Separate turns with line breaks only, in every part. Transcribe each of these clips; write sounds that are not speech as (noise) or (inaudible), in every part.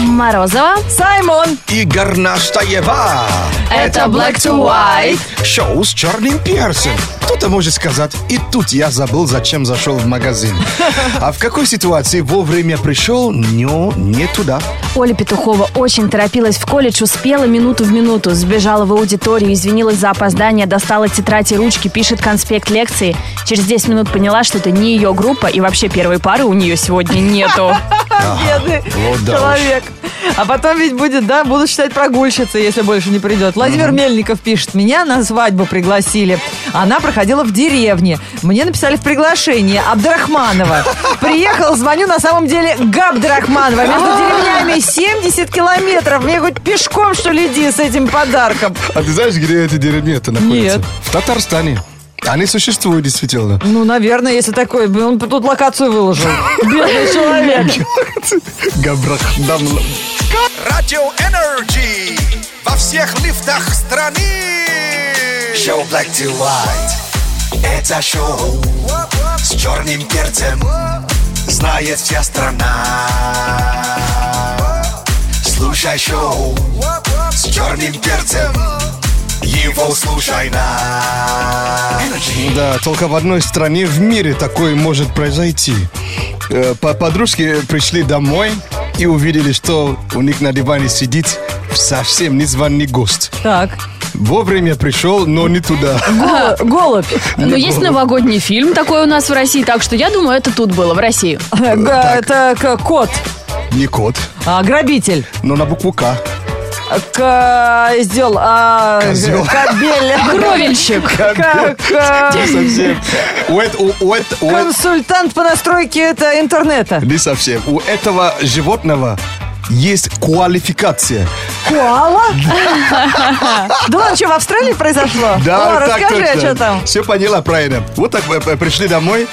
Морозова.
Саймон.
И Горнаштаева.
Это Black to White.
Шоу с черным перцем. Кто-то может сказать, и тут я забыл, зачем зашел в магазин. А в какой ситуации вовремя пришел, но не туда.
Оля Петухова очень торопилась в колледж, успела минуту в минуту, сбежала в аудиторию, извинилась за опоздание, достала тетрадь и ручки, пишет конспект лекции. Через 10 минут поняла, что это не ее группа и вообще первой пары у нее сегодня
(laughs)
нету.
Бедный
вот Ну да уж.
человек. А потом ведь будет, да, будут считать прогульщицей, если больше не придет. Владимир Мельников пишет, меня на свадьбу пригласили. Она проходила в деревне. Мне написали в приглашении Абдрахманова. Приехал, звоню, на самом деле Габдрахманова. Между
А!
деревнями 70 километров. Мне хоть пешком, что ли, иди с этим подарком.
А ты знаешь, где эти деревни это находятся?
Нет.
В Татарстане. Они существуют действительно.
Ну, наверное, если такой, бы, он тут локацию выложил.
(laughs)
Бедный человек.
Габрахдамла.
Радио Энерджи во всех лифтах страны. Шоу Black to White. Это шоу с черным перцем. Знает вся страна. Слушай шоу с черным перцем. Его слушай на. Energy.
Да, только в одной стране в мире такое может произойти. Э, по- Подружки пришли домой и увидели, что у них на диване сидит совсем незваный гость.
Так.
Вовремя пришел, но не туда.
Голубь.
Но Ну, есть новогодний фильм такой у нас в России, так что я думаю, это тут было, в России.
Г- Это к- кот.
Не кот,
А, грабитель.
но на букву К.
К... Сделал... А...
Козёл.
Кобель.
Кровельщик.
Как... а,
Совсем. У эт- у- у эт- у эт-
Консультант по настройке это интернета.
Не совсем. У этого животного есть квалификация.
Куала? Да ладно, что, в Австралии произошло?
Да,
О,
так
расскажи,
точно.
что там.
Все поняла правильно. Вот так э, э, пришли домой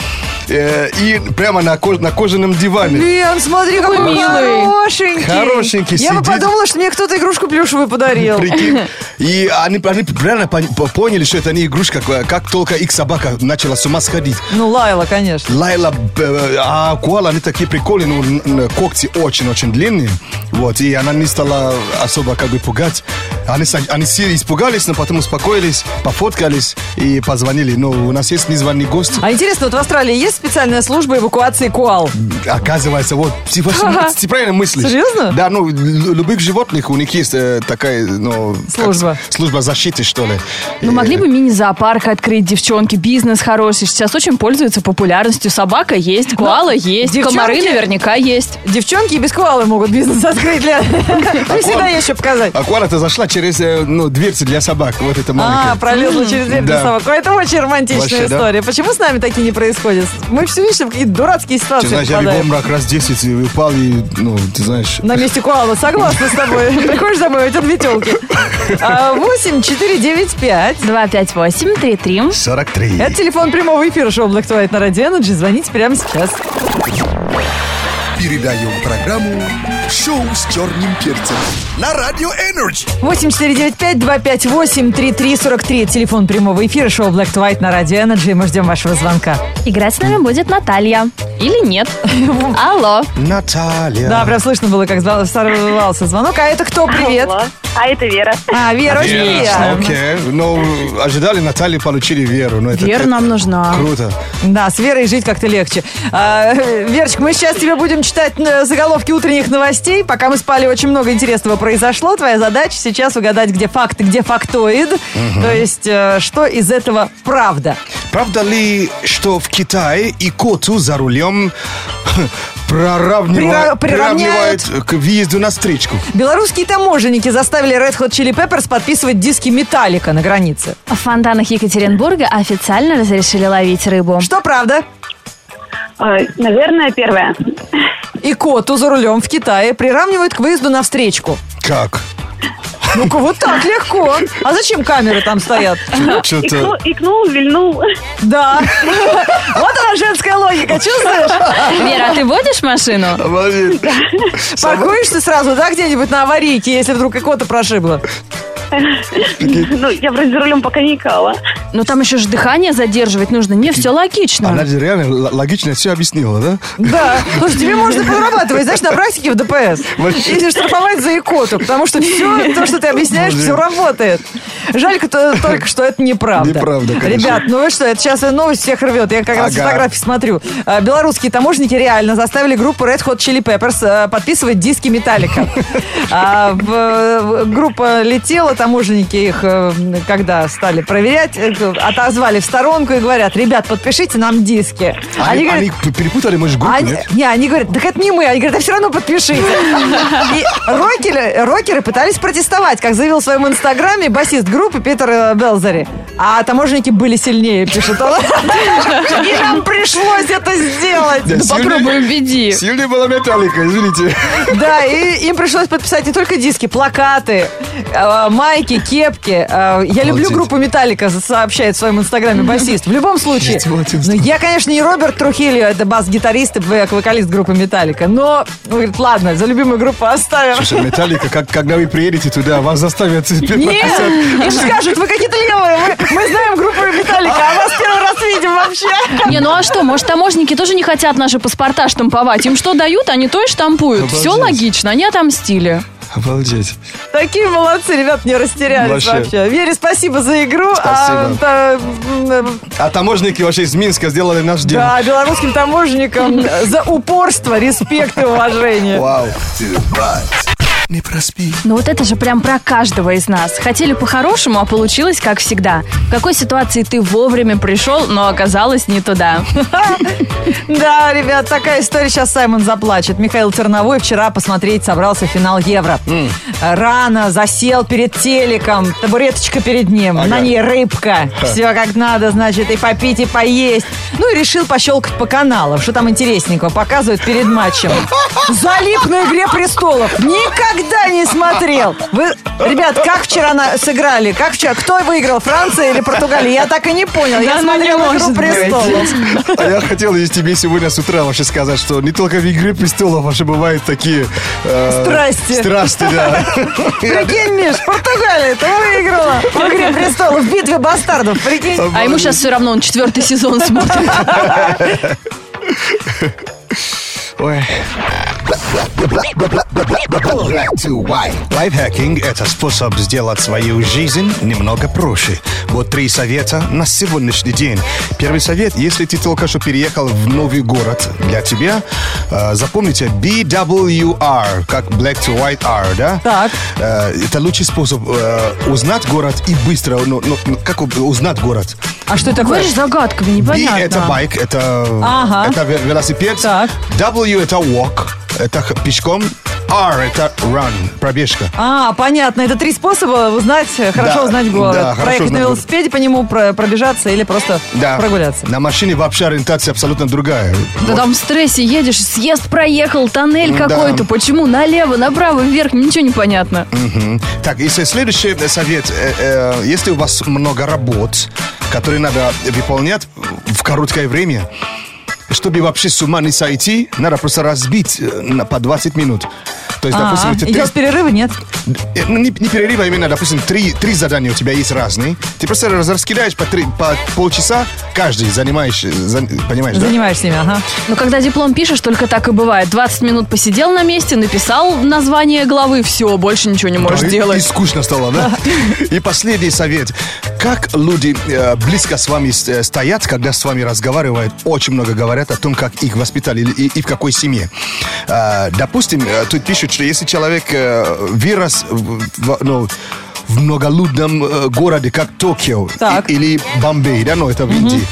э, и прямо на, ко- на кожаном диване.
Блин, смотри, какой
милый.
хорошенький.
Хорошенький
Я бы
сидит.
подумала, что мне кто-то игрушку плюшевую подарил.
Прикинь.
(laughs)
И они, они реально пон- по- поняли, что это не игрушка, как, э, как только их собака начала с ума сходить.
Ну, Лайла, конечно.
Лайла, э, а куала, они такие прикольные, ну, н- н- когти очень-очень длинные. Вот, и она не стала особо как бы пугать. Они, са- они все испугались, но потом успокоились, пофоткались и позвонили. Ну, у нас есть незваный гость.
А интересно, вот в Австралии есть специальная служба эвакуации куал?
Оказывается, вот, (laughs) ты, вообще- ты правильно мыслишь.
Серьезно?
Да, ну, лю- любых животных у них есть э, такая, ну... как
Служба.
с- служба защиты, что ли.
Ну, могли
Э,
бы мини-зоопарк открыть, девчонки, бизнес хороший. Сейчас очень пользуется популярностью. Собака есть, куала есть, комары
Ну, девчонки-
наверняка есть.
Девчонки и без куалы могут бизнес открыть,
(laughs)
Лен. Им всегда есть что показать.
А куала-то Э, зашла через, э, ну, дверцы для собак, вот это маленькая.
А, пролезла через дверь для
Да.
собак. Ой, Это очень романтичная
Вообще, да.
история. Почему с нами такие не происходят? Мы все видим, в какие дурацкие
Ты
ситуации
знаешь, я в
попадаем.
обморок раз 10 и упал, и, ну, ты знаешь...
На месте Куала, согласна
(laughs)
с тобой. Приходишь домой, у тебя две А, телки. 8 4 9 5.
258-33.
43.
Это телефон прямого эфира шоу Black to White на Радио Energy. Звоните прямо сейчас.
Передаем программу Шоу с черным перцем на радио Энерджи.
8495-258-3343. Телефон прямого эфира шоу Black to White на Радио Energy. Мы ждем вашего звонка.
Играть с нами будет Наталья. Или
(laughs)
нет. Алло.
Наталья.
Да, прям слышно было, как звал- сорвался звонок. А это кто? Привет.
Алло. А это Вера.
А, Вера, очень
Верно.
приятно.
Окей. Ну, ожидали Наталью, получили Веру. Ну, это,
Вера
это
нам нужна.
Круто.
Да, с Верой жить как-то легче. А, Верочка, мы сейчас тебе будем читать э, заголовки утренних новостей. Пока мы спали, очень много интересного произошло. Твоя задача сейчас угадать, где факт, где фактоид. То есть, э, что из этого правда.
Правда ли, что в Китае и коту за рулем (laughs)
Прира-
проравнивают,
приравняют.
приравнивают к въезду на встречку?
Белорусские таможенники заставили Red Hot Chili Peppers подписывать диски Металлика на границе.
В фонтанах Екатеринбурга официально разрешили ловить рыбу.
Что правда?
Ой, А, Наверное, первое.
И коту за рулем в Китае приравнивают к выезду на встречку.
Как?
Ну-ка, вот так легко. А зачем камеры там стоят?
Икну-
Что-то...
Икнул, вильнул. (laughs)
Да. Вот она женская логика, чувствуешь?
Вера, а ты водишь машину?
Обалдеть.
Паркуешься сразу, да, где-нибудь на аварийке, если вдруг и кота прошибло?
Ну, я вроде за рулем пока не икала.
Ну,
Но там еще же дыхание задерживать нужно. Не, все логично.
Она же реально л- логично все объяснила, да?
Да. Слушай, тебе можно прорабатывать, знаешь, на практике в ДПС.
Вообще.
Или штрафовать за икоту, потому что все то, что ты объясняешь,
Боже.
все работает. Жаль кто- только, что это неправда.
Неправда, конечно.
Ребят, ну вы что, это сейчас и новость всех рвет. Я как раз
Ага.
фотографии смотрю. А, Белорусские таможенники реально заставили группу Red Hot Chili Peppers э, подписывать диски Металлика. А, в- в- Группа летела, таможенники их, э, когда стали проверять, э, отозвали в сторонку и говорят, ребят, подпишите нам диски.
Они,
говорят,
они п- перепутали, может, группу,
они,
нет?
не, они говорят, так это не мы. Они говорят, да все равно подпишите. И рокеры, рокеры пытались протестовать, как заявил в своем инстаграме басист группы Питер э, Белзари. А таможенники были сильнее, пишет он. (laughs) И нам пришлось это сделать.
Да, сильный-
Попробуй
(laughs)
убеди.
Сильный была металлика,
(laughs)
извините.
Да, и им пришлось подписать не только диски, плакаты, э, майки, кепки. Э, Я люблю
Обалдеть.
группу Металлика, сообщает в своем инстаграме басист. В любом случае,
Ничего себе.
ну, я, конечно, не Роберт Трухилио, это бас-гитарист и бэк- вокалист группы Металлика, но, он говорит, ладно, за любимую группу оставим.
Слушай, металлика, как, когда вы приедете туда, вас заставят...
Нет, им скажут, вы какие-то левые, мы, мы знаем группу Металлика, а вас первый раз видим вообще.
(laughs) Не, ну а что, может, таможенники тоже не хотят наши паспорта штамповать? Им что дают, они то и штампуют. Все
Обалдеть.
логично, они отомстили.
(laughs) Обалдеть.
Такие молодцы, ребят, не растерялись
Вообще.
вообще. Вере, спасибо за игру. А,
Спасибо.
та, м, э,
А таможенники вообще из Минска сделали наш день.
Да, белорусским таможенникам за упорство, респект и уважение.
Вау.
Не проспи.
Но
Ну,
вот это же прям про каждого из нас. Хотели по-хорошему, а получилось как всегда. В какой ситуации ты вовремя пришел, но оказалось не туда?
Да, ребят, такая история. Сейчас Саймон заплачет. Михаил Терновой вчера посмотреть собрался финал Евро. Рано засел перед телеком, табуреточка перед ним,
Ага.
на ней рыбка. Все как надо, значит, и попить, и поесть. Ну и решил пощелкать по каналам, что там интересненького показывают перед матчем. Залип на «Игре престолов». Никогда не смотрел. Вы, ребят, как вчера на- сыграли? Как вчера? Кто выиграл, Франция или Португалия? Я так и не понял.
Да
Я
ну не
смотрела «Игру
может быть».
престолов».
А я хотел из тебе сегодня с утра вообще сказать, что не только в «Игре престолов» вообще бывают такие... э,
Страсти.
Страсти, да.
Прикинь, Миш, Португалия, ты выиграла в «Игре престолов», в битве бастардов, прикинь.
А ему сейчас все равно, он четвертый сезон
(laughs)
смотрит.
Ой. Лайфхакинг – это способ сделать свою жизнь немного проще. Вот три совета на сегодняшний день. Первый совет – если ты только что переехал в новый город, для тебя э, запомните BWR, как Black to White R, да?
Так.
Э, это лучший способ э, узнать город и быстро, ну, ну, ну, как у- узнать город?
А что это такое?
Говоришь загадками,
B – это
непонятно.
байк, это,
Ага.
это ве- велосипед.
Так.
W – это walk, это х- пешком. R – это run, пробежка.
А, понятно, это три способа узнать, э, хорошо
Да,
узнать город.
да, хорошо
Проехать на
узнать город.
велосипеде по нему, про- пробежаться или просто
Да.
прогуляться.
На машине вообще ориентация абсолютно другая.
Да там в стрессе едешь, съезд проехал, тоннель
Да.
какой-то. Почему? Налево, направо, вверх, ничего не понятно.
Мгм. Так, и с- следующий э, совет. э, э, если у вас много работ, которые надо выполнять в короткое время, чтобы вообще с ума не сойти, надо просто разбить э, на, по 20 минут. То есть,
А,
допустим, эти
и
три-
делать перерывы нет?
Э, ну, не, не перерыва, а именно, допустим, три, три задания у тебя есть разные. Ты просто раз- раскидаешь по, три, по полчаса каждый, занимаешь, э, зан- понимаешь, да?
Занимаешься ими, ага.
Но когда диплом пишешь, только так и бывает. 20 минут посидел на месте, написал название главы, все, больше ничего не можешь
И- И,
делать.
скучно стало, да? И последний совет. Как люди э, близко с вами с- э, стоят, когда с вами разговаривают, очень много говорят о том, как их воспитали или- и, и в какой семье. Э, допустим, э, тут пишут, что если человек э, вырос в, в- ну, в многолюдном э, городе, как Токио и-
Так.
или Бомбей, да, ну это в Индии,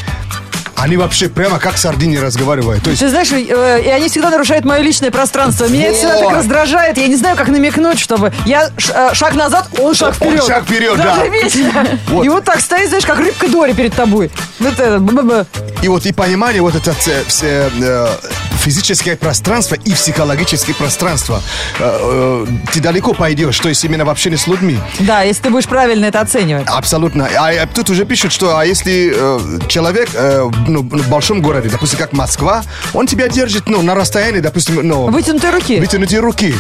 они вообще прямо как сардини разговаривают. То есть
Ты знаешь, э, и они всегда нарушают мое личное пространство. Меня это всегда так
Вот.
раздражает. Я не знаю, как намекнуть, чтобы... Я ш- э, шаг назад, он шаг
Он
вперед.
шаг вперед, да.
Даже вечно.
Вот.
И вот так стоит, знаешь, как рыбка Дори перед тобой. Вот это, б-б-б.
И вот и понимание вот это э, все, э, физическое пространство и психологическое пространство. Э, э, ты далеко пойдешь, то есть именно в общении с людьми.
Да, если ты будешь правильно это оценивать.
Абсолютно. А, э, тут уже пишут, что а если э, человек э, ну, ну, в большом городе, допустим, как Москва, он тебя держит ну, на расстоянии, допустим, ну,
Вытянутые руки.
вытянутые руки.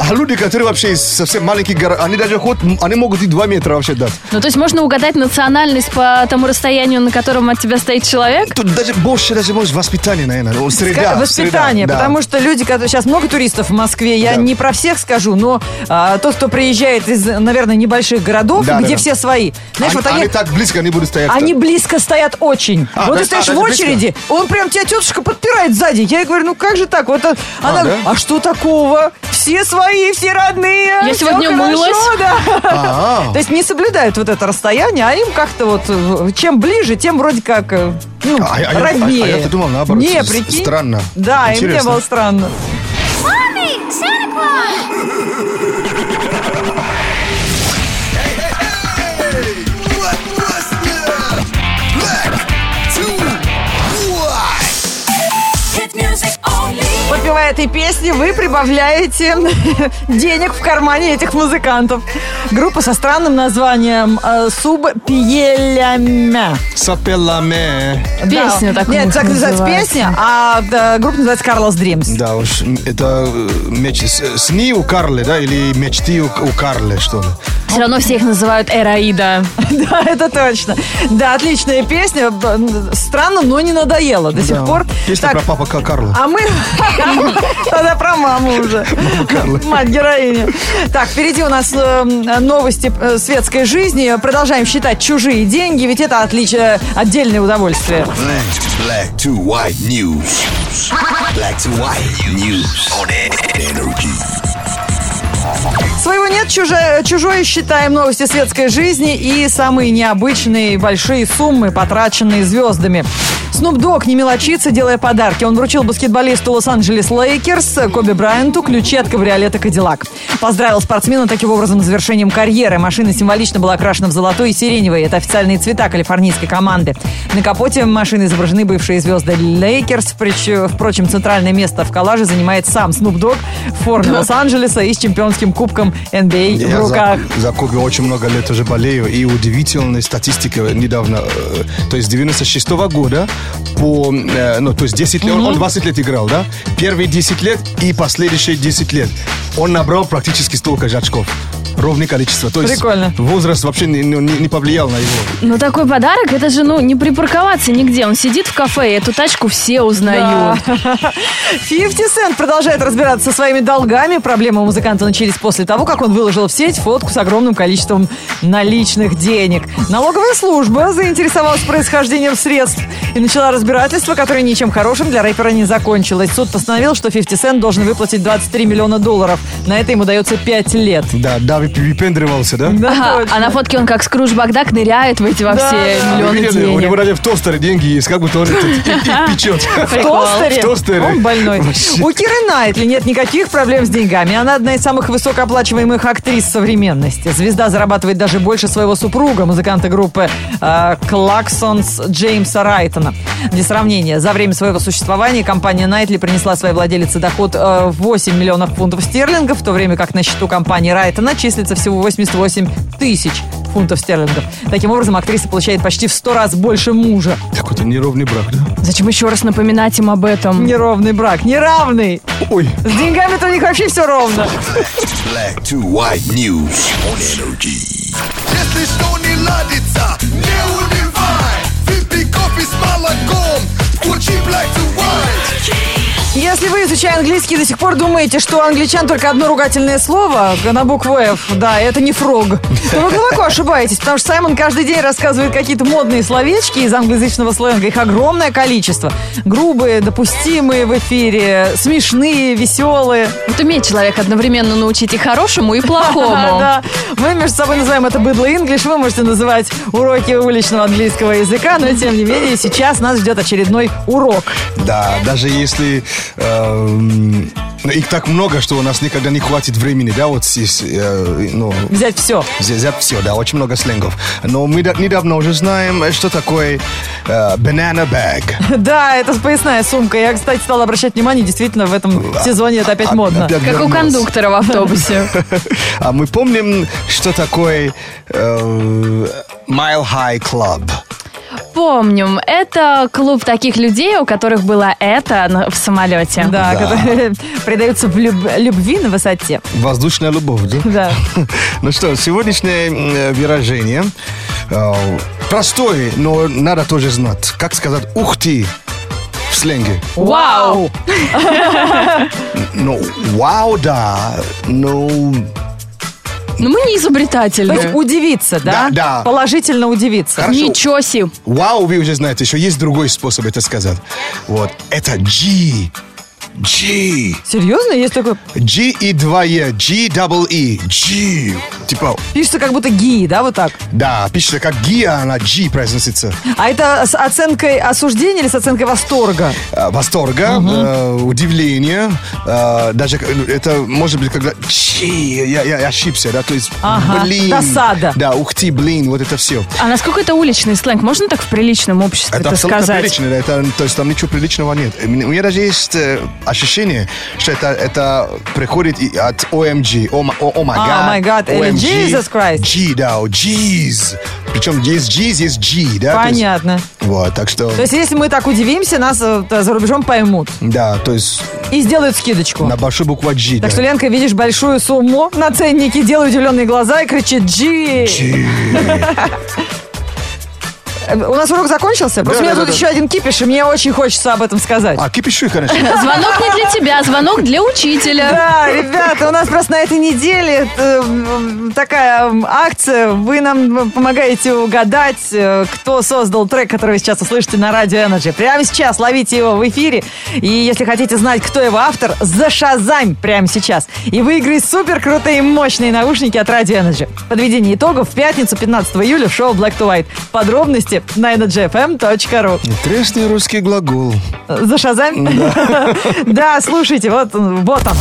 А люди, которые вообще из совсем маленьких городов, они даже ход, они могут и 2 метра вообще дать.
Ну, то есть можно угадать национальность по тому расстоянию, на котором от тебя стоит человек?
Тут даже больше, даже может воспитание, наверное. Ну, Среда.
Ска- воспитание, потому что люди, которые сейчас много туристов в Москве, я
Да.
не про всех скажу, но а, тот, кто приезжает из, наверное, небольших городов,
Да, да,
где
да.
все свои, знаешь,
они,
вот они,
они так близко, они будут стоять.
они близко стоят очень.
А,
вот
да,
ты стоишь
а,
в
даже близко?
очереди, он прям тебя тетушка подпирает сзади. Я ей говорю, ну как же так? Вот он- она,
да?
говорит, а что такого? Все свои, все родные.
Я
всё
сегодня
хорошо,
мылась.
да.
А,
(laughs) То есть не соблюдают вот это расстояние, а им как-то вот э, чем ближе, тем вроде как э, ну,
А я- а я-
роднее.
а я-то думал, наоборот,
Не,
с-
прикинь.
странно.
Да, им не
Интересно.
было странно.
Блокбастер! Black to white.
Hit music only.
Подпевая этой песни, вы прибавляете (laughs) денег в кармане этих музыкантов. Группа со странным названием э, Субпиелямя.
Сапеламе.
Песня
Да.
так у
Нет,
них
так называется
называется.
песня, а да, группа называется Карлос Дримс.
Да уж, м, это э, меч, с- сны у Карли, да, или мечты у, у Карли, что ли.
Все равно все их называют Эраида.
(laughs) Да, это точно. Да, отличная песня. Б- Странно, но не надоело до сих
Да.
пор.
Песня
Так,
про папа Ка- Карла.
А мы (laughs) тогда про маму уже.
Карла.
Мать героиня. Так, впереди у нас э, новости э, светской жизни. Продолжаем считать чужие деньги, ведь это отличие, отдельное удовольствие.
Black to white news. Black to white news on energy.
Своего нет, чужое, чужое считаем новости светской жизни и самые необычные большие суммы, потраченные звездами. Снуп Дог не мелочится, делая подарки. Он вручил баскетболисту Лос-Анджелес Лейкерс э, Коби Брайанту ключи от кабриолета Кадиллак. Поздравил спортсмена таким образом с завершением карьеры. Машина символично была окрашена в золотой и сиреневый. Это официальные цвета калифорнийской команды. На капоте машины изображены бывшие звезды Лейкерс. Прич- Впрочем, центральное место в коллаже занимает сам Снуп Дог в форме Лос-Анджелеса и с чемпионским кубком NBA в
Я
руках.
за, за Коби очень много лет уже болею. И удивительная статистика недавно, э, то есть 96 года, по, э, ну, то есть 10 лет, он- он 20 лет играл, да? Первые 10 лет и последующие 10 лет. Он набрал практически столько же очков. Ровное количество. То есть
Прикольно.
возраст вообще не, ну, не- не повлиял на его.
Ну, такой подарок, это же, ну, не припарковаться нигде. Он сидит в кафе, и эту тачку все узнают.
50 Cent продолжает разбираться со своими долгами. Проблемы у музыканта начались после того, как он выложил в сеть фотку с огромным количеством наличных денег. Налоговая служба заинтересовалась происхождением средств и начала разбирательство, которое ничем хорошим для рэпера не закончилось. Суд постановил, что 50 Cent должен выплатить 23 миллиона долларов. На это ему дается 5 лет.
Да, да, вып- выпендривался, да?
Ага, а на фотке он как Скрудж Багдак ныряет в эти во
Да,
все
да.
Вы
миллионы
видели, у него
денег.
даже в тостере деньги есть, как бы тоже их печет.
В тостере?
В тостере.
Он больной.
Вообще.
У Киры Найтли нет никаких проблем с деньгами. Она одна из самых высокооплачиваемых актрис современности. Звезда зарабатывает даже больше своего супруга, музыканта группы э, Клаксонс Джеймса Райтона. Для сравнения, за время своего существования компания Найтли принесла своей владелице доход э, в 8 миллионов фунтов стерлингов, в то время как на счету компании Райтона числится всего 88 тысяч фунтов стерлингов. Таким образом, актриса получает почти в 100 раз больше мужа.
Какой-то неровный брак, да?
Зачем еще раз напоминать им об этом?
Неровный брак, неравный.
Ой.
С деньгами-то у них вообще все ровно.
Black to white news on energy. Если что не ладится, не унывай. Выпей кофе с молоком, включи black to white.
Если вы, изучая английский, до сих пор думаете, что у англичан только одно ругательное слово на букву F, да, это не фрог, то вы глубоко ошибаетесь, потому что Саймон каждый день рассказывает какие-то модные словечки из англоязычного сленга. Их огромное количество. Грубые, допустимые в эфире, смешные, веселые.
Вот умеет человек одновременно научить и хорошему, и плохому.
(laughs) Да, мы между собой называем это быдло инглиш, вы можете называть уроки уличного английского языка, но тем не менее сейчас нас ждет очередной урок.
Да, даже если эм, ну, их так много, что у нас никогда не хватит времени, да, вот здесь, э, ну,
Взять все.
здесь все, да, очень много сленгов. Но мы да- недавно уже знаем, э, что такое э, banana bag.
Да, это поясная сумка. Я, кстати, стала обращать внимание, действительно, в этом сезоне это опять
А-
модно.
опять
Как у
вернулся.
кондуктора в автобусе.
(laughs) А мы помним, что такое э, Mile High Club.
вспомним. Это клуб таких людей, у которых было это на- в самолете.
Да,
Да.
которые (laughs) предаются в люб- любви на высоте.
Воздушная любовь, да? (laughs)
Да.
Ну что, сегодняшнее м, выражение э, простое, но надо тоже знать. Как сказать «ух ты» в сленге?
Вау!
Ну, вау, да, ну,
Но Ну, мы не изобретатели.
То есть удивиться,
Да,
да?
да.
Положительно удивиться.
хорошо.
Ничего себе.
Вау, вы уже знаете, еще есть другой способ это сказать. Вот, это G. G.
Серьезно? Есть такой...
G и 2 E. G double E. G. Типа,
Пишется как будто ги, да, вот так?
да, пишется как гия, она G произносится.
А это с оценкой осуждения или с оценкой восторга?
Э, Восторга, э, удивления. э, даже э, это может быть когда G, я, я- я ошибся, да, то есть
Ага,
блин.
досада.
Да, ух ты, блин, вот это все.
А насколько это уличный сленг? Можно так в приличном обществе
Это
это
абсолютно
сказать?
прилично, да, это, то есть там ничего приличного нет. И мне- У меня даже есть э, ощущение, что это, это приходит и от OMG, о, м- о, о май
А,
гад,
my God, или
OMG,
Jesus Christ.
G, да, о, jeez. Причем есть G's, есть G, да. то есть-
Понятно.
вот, так что,
То есть, если мы так удивимся, нас э, т- за рубежом поймут
да, то есть
и сделают скидочку.
на большой буква G,
Так
да.
что, Ленка, видишь большую сумму на ценнике, делай удивленные глаза и кричит «Джи!». Э, (laughs) У нас урок закончился? Просто у меня
да,
тут
да, да.
еще один кипиш, и мне очень хочется об этом сказать.
А, кипишуй, конечно.
Звонок не для тебя, звонок для учителя.
Да, ребята, у нас просто на этой неделе э, м, такая м, акция. Вы нам э, помогаете угадать, э, кто создал трек, который вы сейчас услышите на радио Energy. Прямо сейчас ловите его в эфире. И если хотите знать, кто его автор, за Шазам прямо сейчас. И выиграй супер крутые мощные наушники от радио Energy. Подведение итогов в пятницу 15 июля в шоу Black to White. Подробности на energyfm.ru.
Интересный русский глагол.
За Шазам? (laughs) Да, слушайте, вот он, вот он.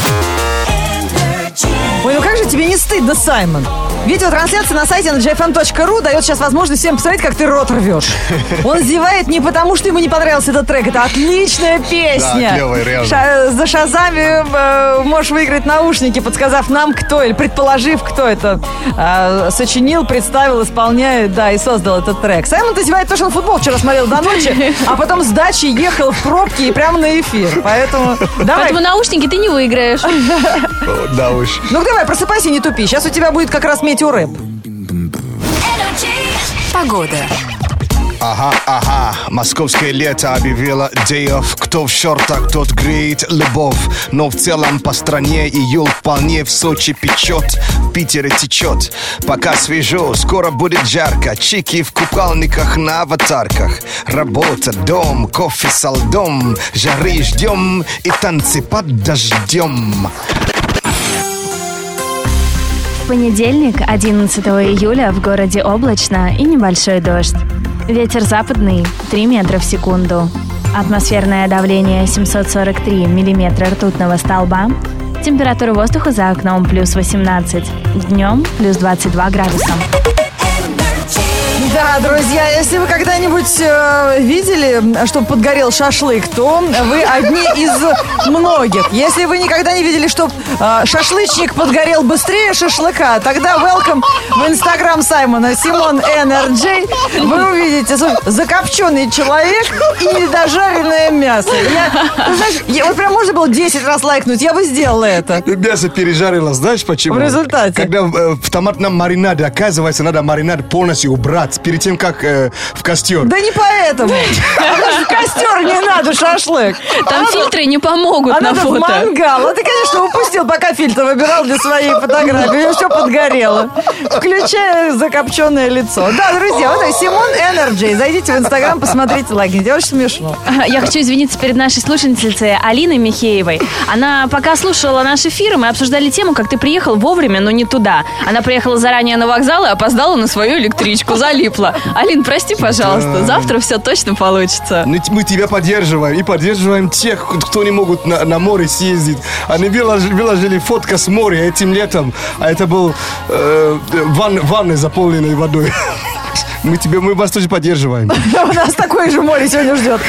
Ой, ну как же тебе не стыдно, Саймон? Видеотрансляция на сайте ngfm.ru дает сейчас возможность всем посмотреть, как ты рот рвешь. Он зевает не потому, что ему не понравился этот трек. Это отличная песня.
Да, клевая, реально.
Ша- за шазами э, можешь выиграть наушники, подсказав нам, кто или предположив, кто это э, сочинил, представил, исполняет, да, и создал этот трек. Саймон ты зевает, потому что он футбол вчера смотрел до ночи, а потом с дачи ехал в пробке и прямо на эфир. Поэтому давай
Поэтому наушники ты не выиграешь.
О, Да уж.
ну давай, просыпайся, не тупи. Сейчас у тебя будет как раз метеорэп.
Погода.
Ага, ага, московское лето объявило Деев Кто в шортах, тот греет любовь Но в целом по стране июль вполне В Сочи печет, в Питере течет Пока свежо, скоро будет жарко Чики в купальниках на аватарках Работа, дом, кофе со льдом Жары ждем и танцы под дождем
В понедельник, 11 июля, в городе облачно и небольшой дождь. Ветер западный 3 метра в секунду. Атмосферное давление 743 миллиметра ртутного столба. Температура воздуха за окном плюс 18. Днем плюс 22 градуса.
Да, друзья, если вы когда-нибудь э, видели, что подгорел шашлык, то вы одни из многих. Если вы никогда не видели, что шашлычник подгорел быстрее шашлыка, тогда welcome в инстаграм Саймона Симон NRJ. Вы увидите слушай, закопченный человек и недожаренное мясо. Я, ты знаешь, я- вот прям можно было 10 раз лайкнуть, я бы сделала это.
Мясо пережарило, знаешь почему?
В результате.
Когда э, в томатном маринаде, оказывается, надо маринад полностью убрать перед тем, как э, в костер.
Да не поэтому. Потому что в костер не надо шашлык.
Там фильтры не помогут
А
на
надо в
фото.
мангал. А ты, конечно, упустил, пока фильтр выбирал для своей фотографии. И все подгорело. Включая закопченное лицо. Да, друзья, вот это Симон Энерджи. Зайдите в Инстаграм, посмотрите лайки. Очень смешно.
Я хочу извиниться перед нашей слушательницей Алиной Михеевой. Она пока слушала наш эфир, мы обсуждали тему, как ты приехал вовремя, но не туда. Она приехала заранее на вокзал и опоздала на свою электричку, залипла. Алин, прости, пожалуйста, завтра все точно получится.
Ну, т- Мы тебя поддерживаем и поддерживаем тех, кто не могут на, на море съездить. Они выложили, выложили фотка с моря этим летом, а это был э, ван- ванны заполненной (laughs) водой. Мы, тебя, мы вас тоже поддерживаем.
У нас такое же море сегодня ждет.